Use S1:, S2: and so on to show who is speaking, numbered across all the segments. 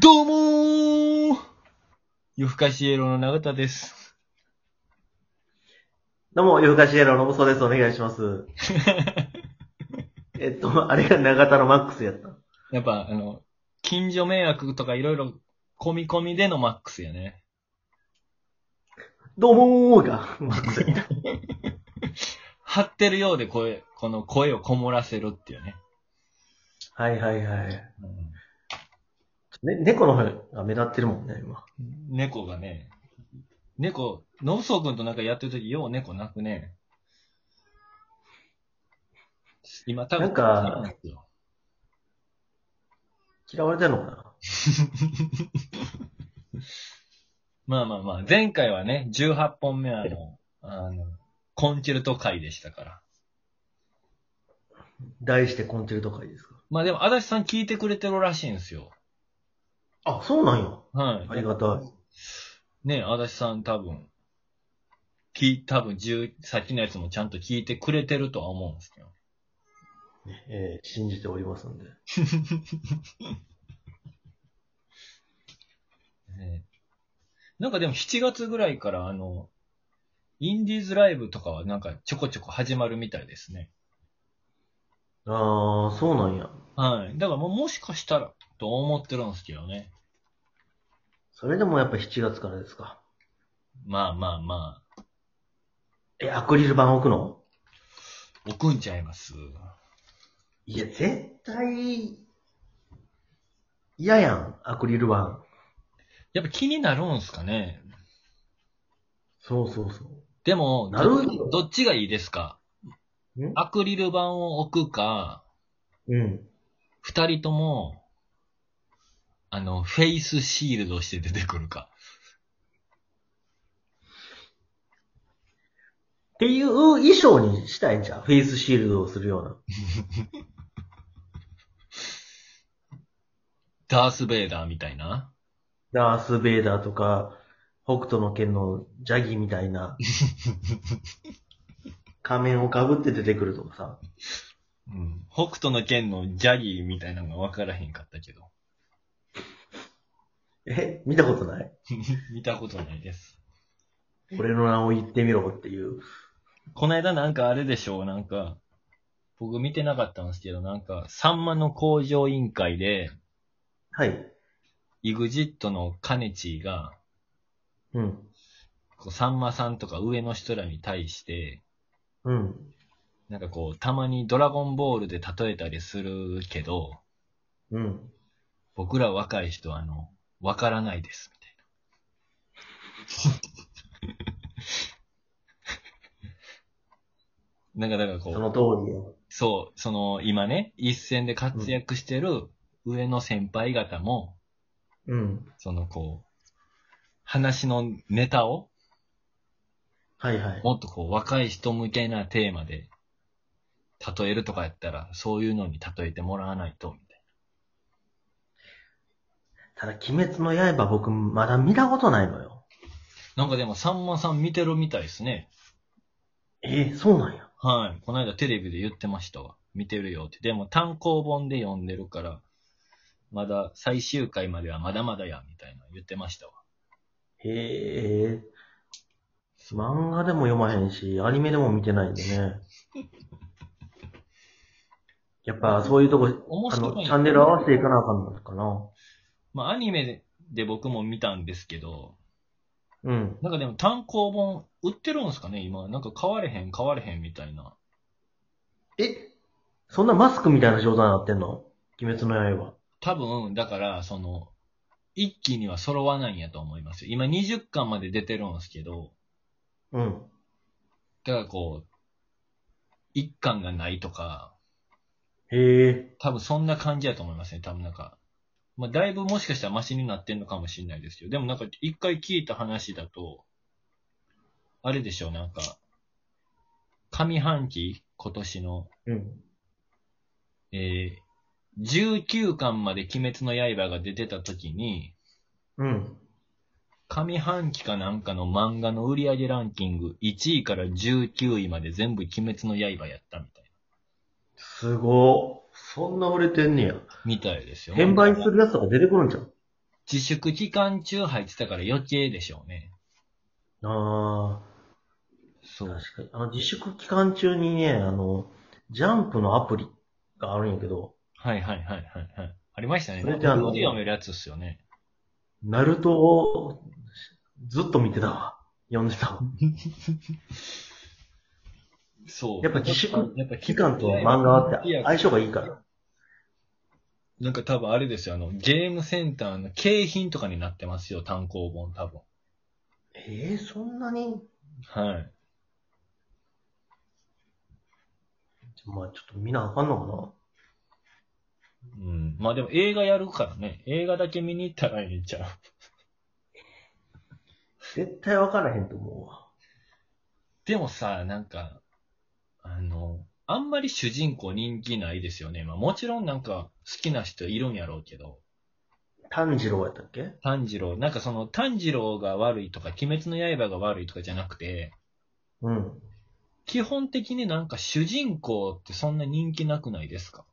S1: どうもー夜更かしイエローの永田です。
S2: どうも、夜更かしイエローのぶそうです。お願いし ます。えっと、あれが長田のマックスやった。
S1: やっぱ、あの、近所迷惑とかいろいろ込み込みでのマックスやね。
S2: どうもーが、マックスやった。
S1: 張ってるようで声、この声をこもらせるっていうね。
S2: はいはいはい。ね、猫の方が目立ってるもんね、今。
S1: 猫がね、猫、ノブソウ君となんかやってる時、よう猫泣くね。今多分、
S2: なんか嫌われてるのかな
S1: まあまあまあ、前回はね、18本目はあの、あの、コンチェルト会でしたから。
S2: 題してコンチェルト会ですか。
S1: まあでも、足立さん聞いてくれてるらしいんですよ。
S2: あ、そうなんや。
S1: はい。
S2: ありがたい。
S1: ね、足立さん多分、き、多分、十、さっきのやつもちゃんと聞いてくれてるとは思うんですけど。
S2: えー信じておりますんで。
S1: ねなんかでも7月ぐらいから、あの、インディーズライブとかはなんかちょこちょこ始まるみたいですね。
S2: あー、そうなんや。
S1: はい。だからもうもしかしたら、と思ってるんですけどね。
S2: それでもやっぱ7月からですか。
S1: まあまあま
S2: え、アクリル板置く
S1: あ、
S2: の
S1: 置くんちゃいます。
S2: いや、絶対、嫌やん、アクリル板。
S1: やっぱ気になるんすかね。
S2: そうそうそう。
S1: でも、
S2: なる
S1: どどっちがいいですか
S2: ん
S1: アクリル板を置くか、
S2: うん。
S1: 二人とも、あの、フェイスシールドして出てくるか。
S2: っていう衣装にしたいんじゃん。フェイスシールドをするような。
S1: ダース・ベイダーみたいな。
S2: ダース・ベイダーとか、北斗の剣のジャギみたいな、仮面をかぶって出てくるとかさ。
S1: うん、北斗の剣のジャギーみたいなのが分からへんかったけど。
S2: え見たことない
S1: 見たことないです。
S2: 俺の名を言ってみろっていう。
S1: こないだなんかあれでしょう、なんか、僕見てなかったんですけど、なんか、さんまの工場委員会で、
S2: はい。
S1: イグジットのカネチーが、
S2: うん。
S1: こうさんまさんとか上の人らに対して、
S2: うん。
S1: なんかこう、たまにドラゴンボールで例えたりするけど、
S2: うん。
S1: 僕ら若い人は、あの、わからないです、みたい な。なんか、だからこ、
S2: そうの通りよ。
S1: そう、その、今ね、一戦で活躍してる上の先輩方も、
S2: うん。
S1: その、こう、話のネタを、
S2: はいはい。
S1: もっとこう、若い人向けなテーマで、例えるとかやったら、そういうのに例えてもらわないと、みたい
S2: ただ、鬼滅の刃僕まだ見たことないのよ。
S1: な。なんかでも、さんまさん見てるみたいですね。
S2: えそうなんや。
S1: はい。この間テレビで言ってましたわ。見てるよって。でも単行本で読んでるから、まだ最終回まではまだまだや、みたいな言ってましたわ。
S2: へえ。漫画でも読まへんし、アニメでも見てないんで ね。やっぱそういうとこ、
S1: 面
S2: あ
S1: 白い
S2: の、チャンネル合わせていかなあかんのかな。
S1: まあアニメで僕も見たんですけど、
S2: うん。
S1: なんかでも単行本売ってるんですかね今。なんか買われへん、買われへんみたいな。
S2: えそんなマスクみたいな状態になってんの鬼滅の刃。
S1: 多分、だから、その、一気には揃わないんやと思いますよ。今20巻まで出てるんですけど、
S2: うん。
S1: だからこう、一巻がないとか、
S2: へえ。
S1: 多分そんな感じやと思いますね、多分なんか。まあ、だいぶもしかしたらマシになってんのかもしれないですけど、でもなんか一回聞いた話だと、あれでしょう、なんか、上半期、今年の、
S2: うん。
S1: えー、19巻まで鬼滅の刃が出てた時に、
S2: うん。
S1: 上半期かなんかの漫画の売り上げランキング1位から19位まで全部鬼滅の刃やったみたい
S2: すごーそんな売れてんねや。
S1: な。みたいですよ。
S2: 転売するやつとか出てくるんじゃん。
S1: 自粛期間中入ってたから余計でしょうね。
S2: あ
S1: そ
S2: あ、
S1: う。
S2: 確かに。あの、自粛期間中にね、あの、ジャンプのアプリがあるんやけど、
S1: はいはいはいはい。はいありましたね。
S2: それ
S1: で
S2: であの
S1: 読めるやつっすよね。
S2: ナルトをずっと見てたわ。読んでたわ。
S1: そう。
S2: やっぱ自粛
S1: やっぱ
S2: 期間と漫画っ
S1: いや
S2: て相性がいいから。
S1: なんか多分あれですよ、あの、ゲームセンターの景品とかになってますよ、単行本多分。
S2: ええそんなに
S1: はい。
S2: まあちょっと見なあかんの
S1: うん。まあでも映画やるからね。映画だけ見に行ったらいいんちゃう。
S2: かな絶対わからへんと思うわ。
S1: でもさ、なんか、あの、あんまり主人公人気ないですよね。まあもちろんなんか好きな人いるんやろうけど。
S2: 炭治郎やったっけ
S1: 炭治郎、なんかその炭治郎が悪いとか、鬼滅の刃が悪いとかじゃなくて、
S2: うん。
S1: 基本的になんか主人公ってそんな人気なくないですか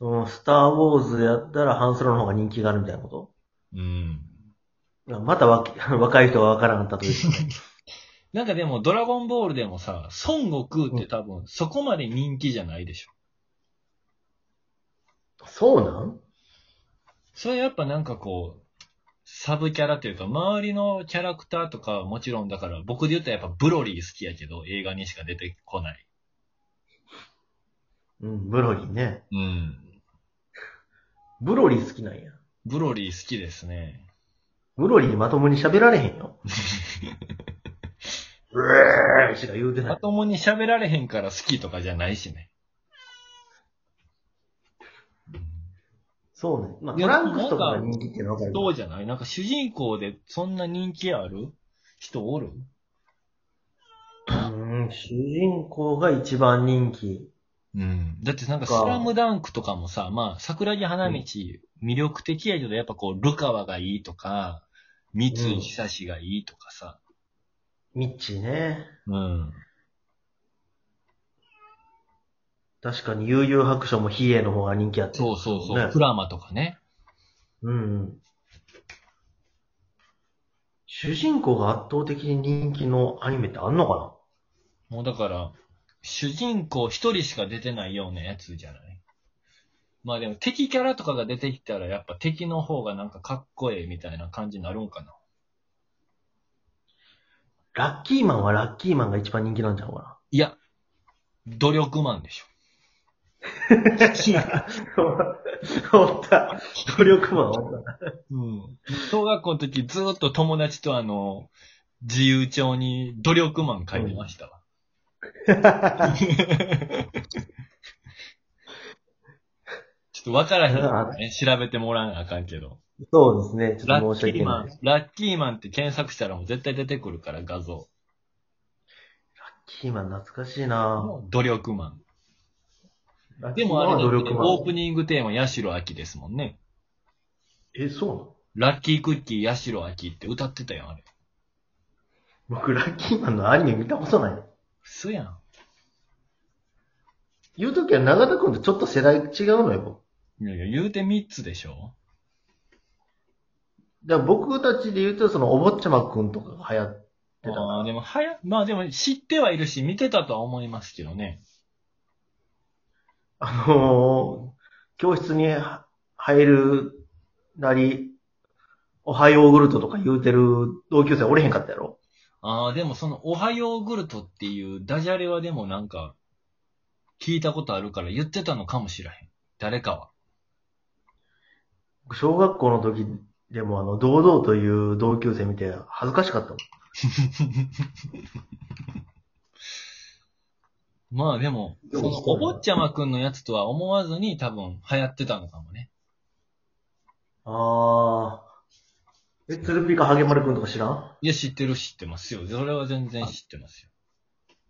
S2: うん、スターウォーズやったらハンソロの方が人気があるみたいなこと
S1: うん。
S2: いやまたわ 若い人がわからなかったというかね
S1: なんかでも、ドラゴンボールでもさ、孫悟空って多分、そこまで人気じゃないでしょ。
S2: そうなん
S1: それやっぱなんかこう、サブキャラというか、周りのキャラクターとかはもちろんだから、僕で言ったらやっぱブロリー好きやけど、映画にしか出てこない。
S2: うん、ブロリーね。
S1: うん。
S2: ブロリー好きなんや。
S1: ブロリー好きですね。
S2: ブロリーまともに喋られへん よ。うえーしか言うてな
S1: ま
S2: い。
S1: ともに喋られへんから好きとかじゃないしね。
S2: そうね。まあ、
S1: いや
S2: トランクスとかが人気っていうのはわかるけど
S1: どうじゃないなんか主人公でそんな人気ある人おる
S2: うーん、主人公が一番人気。
S1: うん。だってなんかス
S2: か
S1: ラムダンクとかもさ、まあ桜木花道魅力的やけどやっぱこう、ルカワがいいとか、三井久志がいいとかさ。
S2: ミッチーね。
S1: うん。
S2: 確かに悠々白書もヒエの方が人気あって。
S1: そうそうそう。
S2: ね
S1: プラマとかね。
S2: うんうん。主人公が圧倒的に人気のアニメってあんのか
S1: もうだから、主人公一人しか出てないようなやつじゃないまあでも敵キャラとかが出てきたらやっぱ敵の方がなんかかっこええみたいな感じになるんかな。
S2: なラッキーマンはラッキーマンが一番人気なんちゃうか
S1: いや、努力マンでしょ。
S2: なおった。努力マンおった。
S1: うん。小学校の時ずーっと友達とあの、自由帳に努力マン書いてました わ。ちょっとわからへんからね。調べてもらわなあかんけど。
S2: そうですね。ちょ
S1: ラ
S2: っと
S1: ッ
S2: 申
S1: キ
S2: し訳
S1: ーマ
S2: ない。ラッ
S1: ン、ラッキーマンって検索したらもう絶対出てくるから画像。
S2: キーマン懐かしいな
S1: 努力マン。
S2: ラッキ
S1: で
S2: ー
S1: もあ
S2: マン
S1: れ
S2: は
S1: だっ
S2: 努
S1: て
S2: 力マン。
S1: オープニングテーマ、ヤシロアキですもんね。
S2: え、そう
S1: ラッキークッキー、ヤシロアキって歌ってたやん、あれ。
S2: なの僕、ラッキーマンのアニメ見たことない。
S1: 嘘やん。
S2: 言うときは長田くんとちょっと世代違うのよ。
S1: いやいや、言うて3つでしょ
S2: だから僕たちで言うと、その、おぼっちゃまくんとかが流行ってたから
S1: ああ、でも、はや、まあでも知ってはいるし、見てたとは思いますけどね。
S2: あのー、教室には入るなり、おはようグルトとか言うてる同級生おれへんかったやろ
S1: ああ、でもその、おはようグルトっていうダジャレはでもなんか、聞いたことあるから言ってたのかもしらへん。誰かは。
S2: 小学校の時でもあの、堂々という同級生見て恥ずかしかったもん。
S1: まあでも、その、お坊ちゃまくんのやつとは思わずに多分流行ってたのかもね。
S2: あー。え、つるぴかはげまるくんとか知らん
S1: いや、知ってる知ってますよ。それは全然知ってますよ。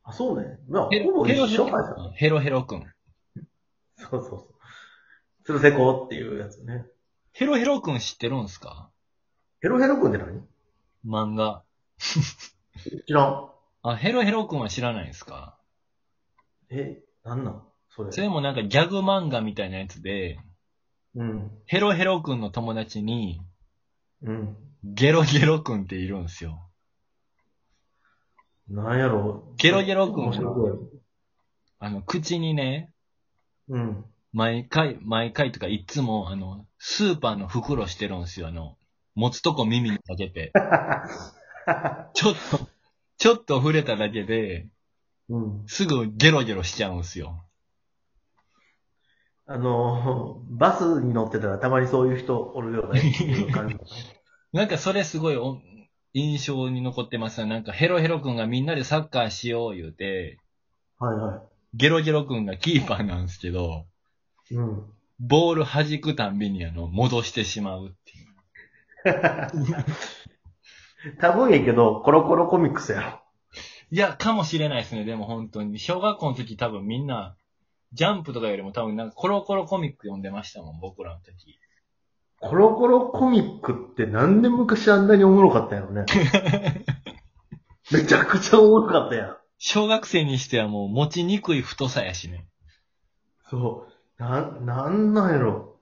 S2: あ、そうね。まあ、
S1: ヘ
S2: ほ
S1: ロ
S2: ぼ
S1: ヘ
S2: 一
S1: ロヘ
S2: 緒か
S1: ロうんヘロヘロくん。
S2: じゃんそうそうそう。つるせこっていうやつね。
S1: ヘロヘロくん知ってるんすか
S2: ヘロヘロくんって何
S1: 漫画。
S2: 知らん。
S1: あ、ヘロヘロくんは知らないんすか
S2: え、なんなんそれ。
S1: それもなんかギャグ漫画みたいなやつで、
S2: うん。
S1: ヘロヘロくんの友達に、
S2: うん。
S1: ゲロゲロくんっているんですよ。
S2: なんやろ。
S1: ゲロゲロ君
S2: 面白そう
S1: あの、口にね、
S2: やうん。
S1: 毎回、毎回とかいつも、あの、スーパーの袋してるんですよ。あの、持つとこ耳にかけて。ちょっと、ちょっと触れただけで、
S2: うん。
S1: すぐゲロゲロしちゃうんですよ。
S2: あの、バスに乗ってたらたまにそういう人おるよね。っていう 感じ。
S1: なんかそれすごいお印象に残ってますね。なんかヘロヘロくんがみんなでサッカーしよう言うて、
S2: はいは
S1: ゲロゲロくんがキーパーなんですけど、
S2: い。うん。
S1: ボール弾くたんびにあの、戻してしまうっていう。
S2: 多分やけど、コロコロコミックスや
S1: いや、かもしれないですね。でも本当に。小学校の時多分みんな、ジャンプとかよりも多分なんかコロコロコミック読んでましたもん、僕らの時。
S2: ろ。コロコロコミックってなんで昔あんなにおもろかったんや ろね。めちゃくちゃおもろかったやん。
S1: 小学生にしてはもう持ちにくい太さやしね。
S2: そう。なん、なんなんやろ。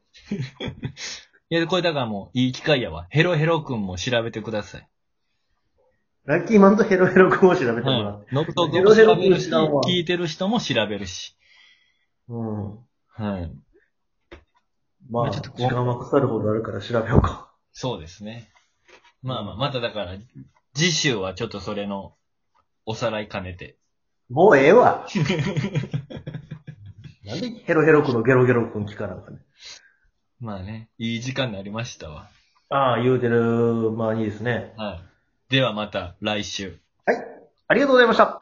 S1: いや、これだからもういい機会やわ。ヘロヘロくんも調べてください。
S2: ラッキーマンとヘロヘロ君を調べてもらって。
S1: ノブト
S2: ヘ
S1: 君も
S2: ロヘ
S1: 調
S2: ロ
S1: べ
S2: 君
S1: る
S2: 知
S1: し、
S2: らんわ
S1: 聞いてる人も調べるし。
S2: うん。
S1: はい。
S2: ま
S1: ま
S2: あ、
S1: あちょっと
S2: ちょっと
S1: こう
S2: 時間は腐るほどあるから調べようか。
S1: そうですね。まあまあ、まただから、次週はちょっとそれのおさらい兼ねて。
S2: もうええ わ。なんでヘロヘロ君のゲロゲロ君聞かなあかんね。
S1: まあね、いい時間になりましたわ。
S2: ああ、言うてる、まあいいですね。
S1: はい。ではまた来週。
S2: ありがとうございました。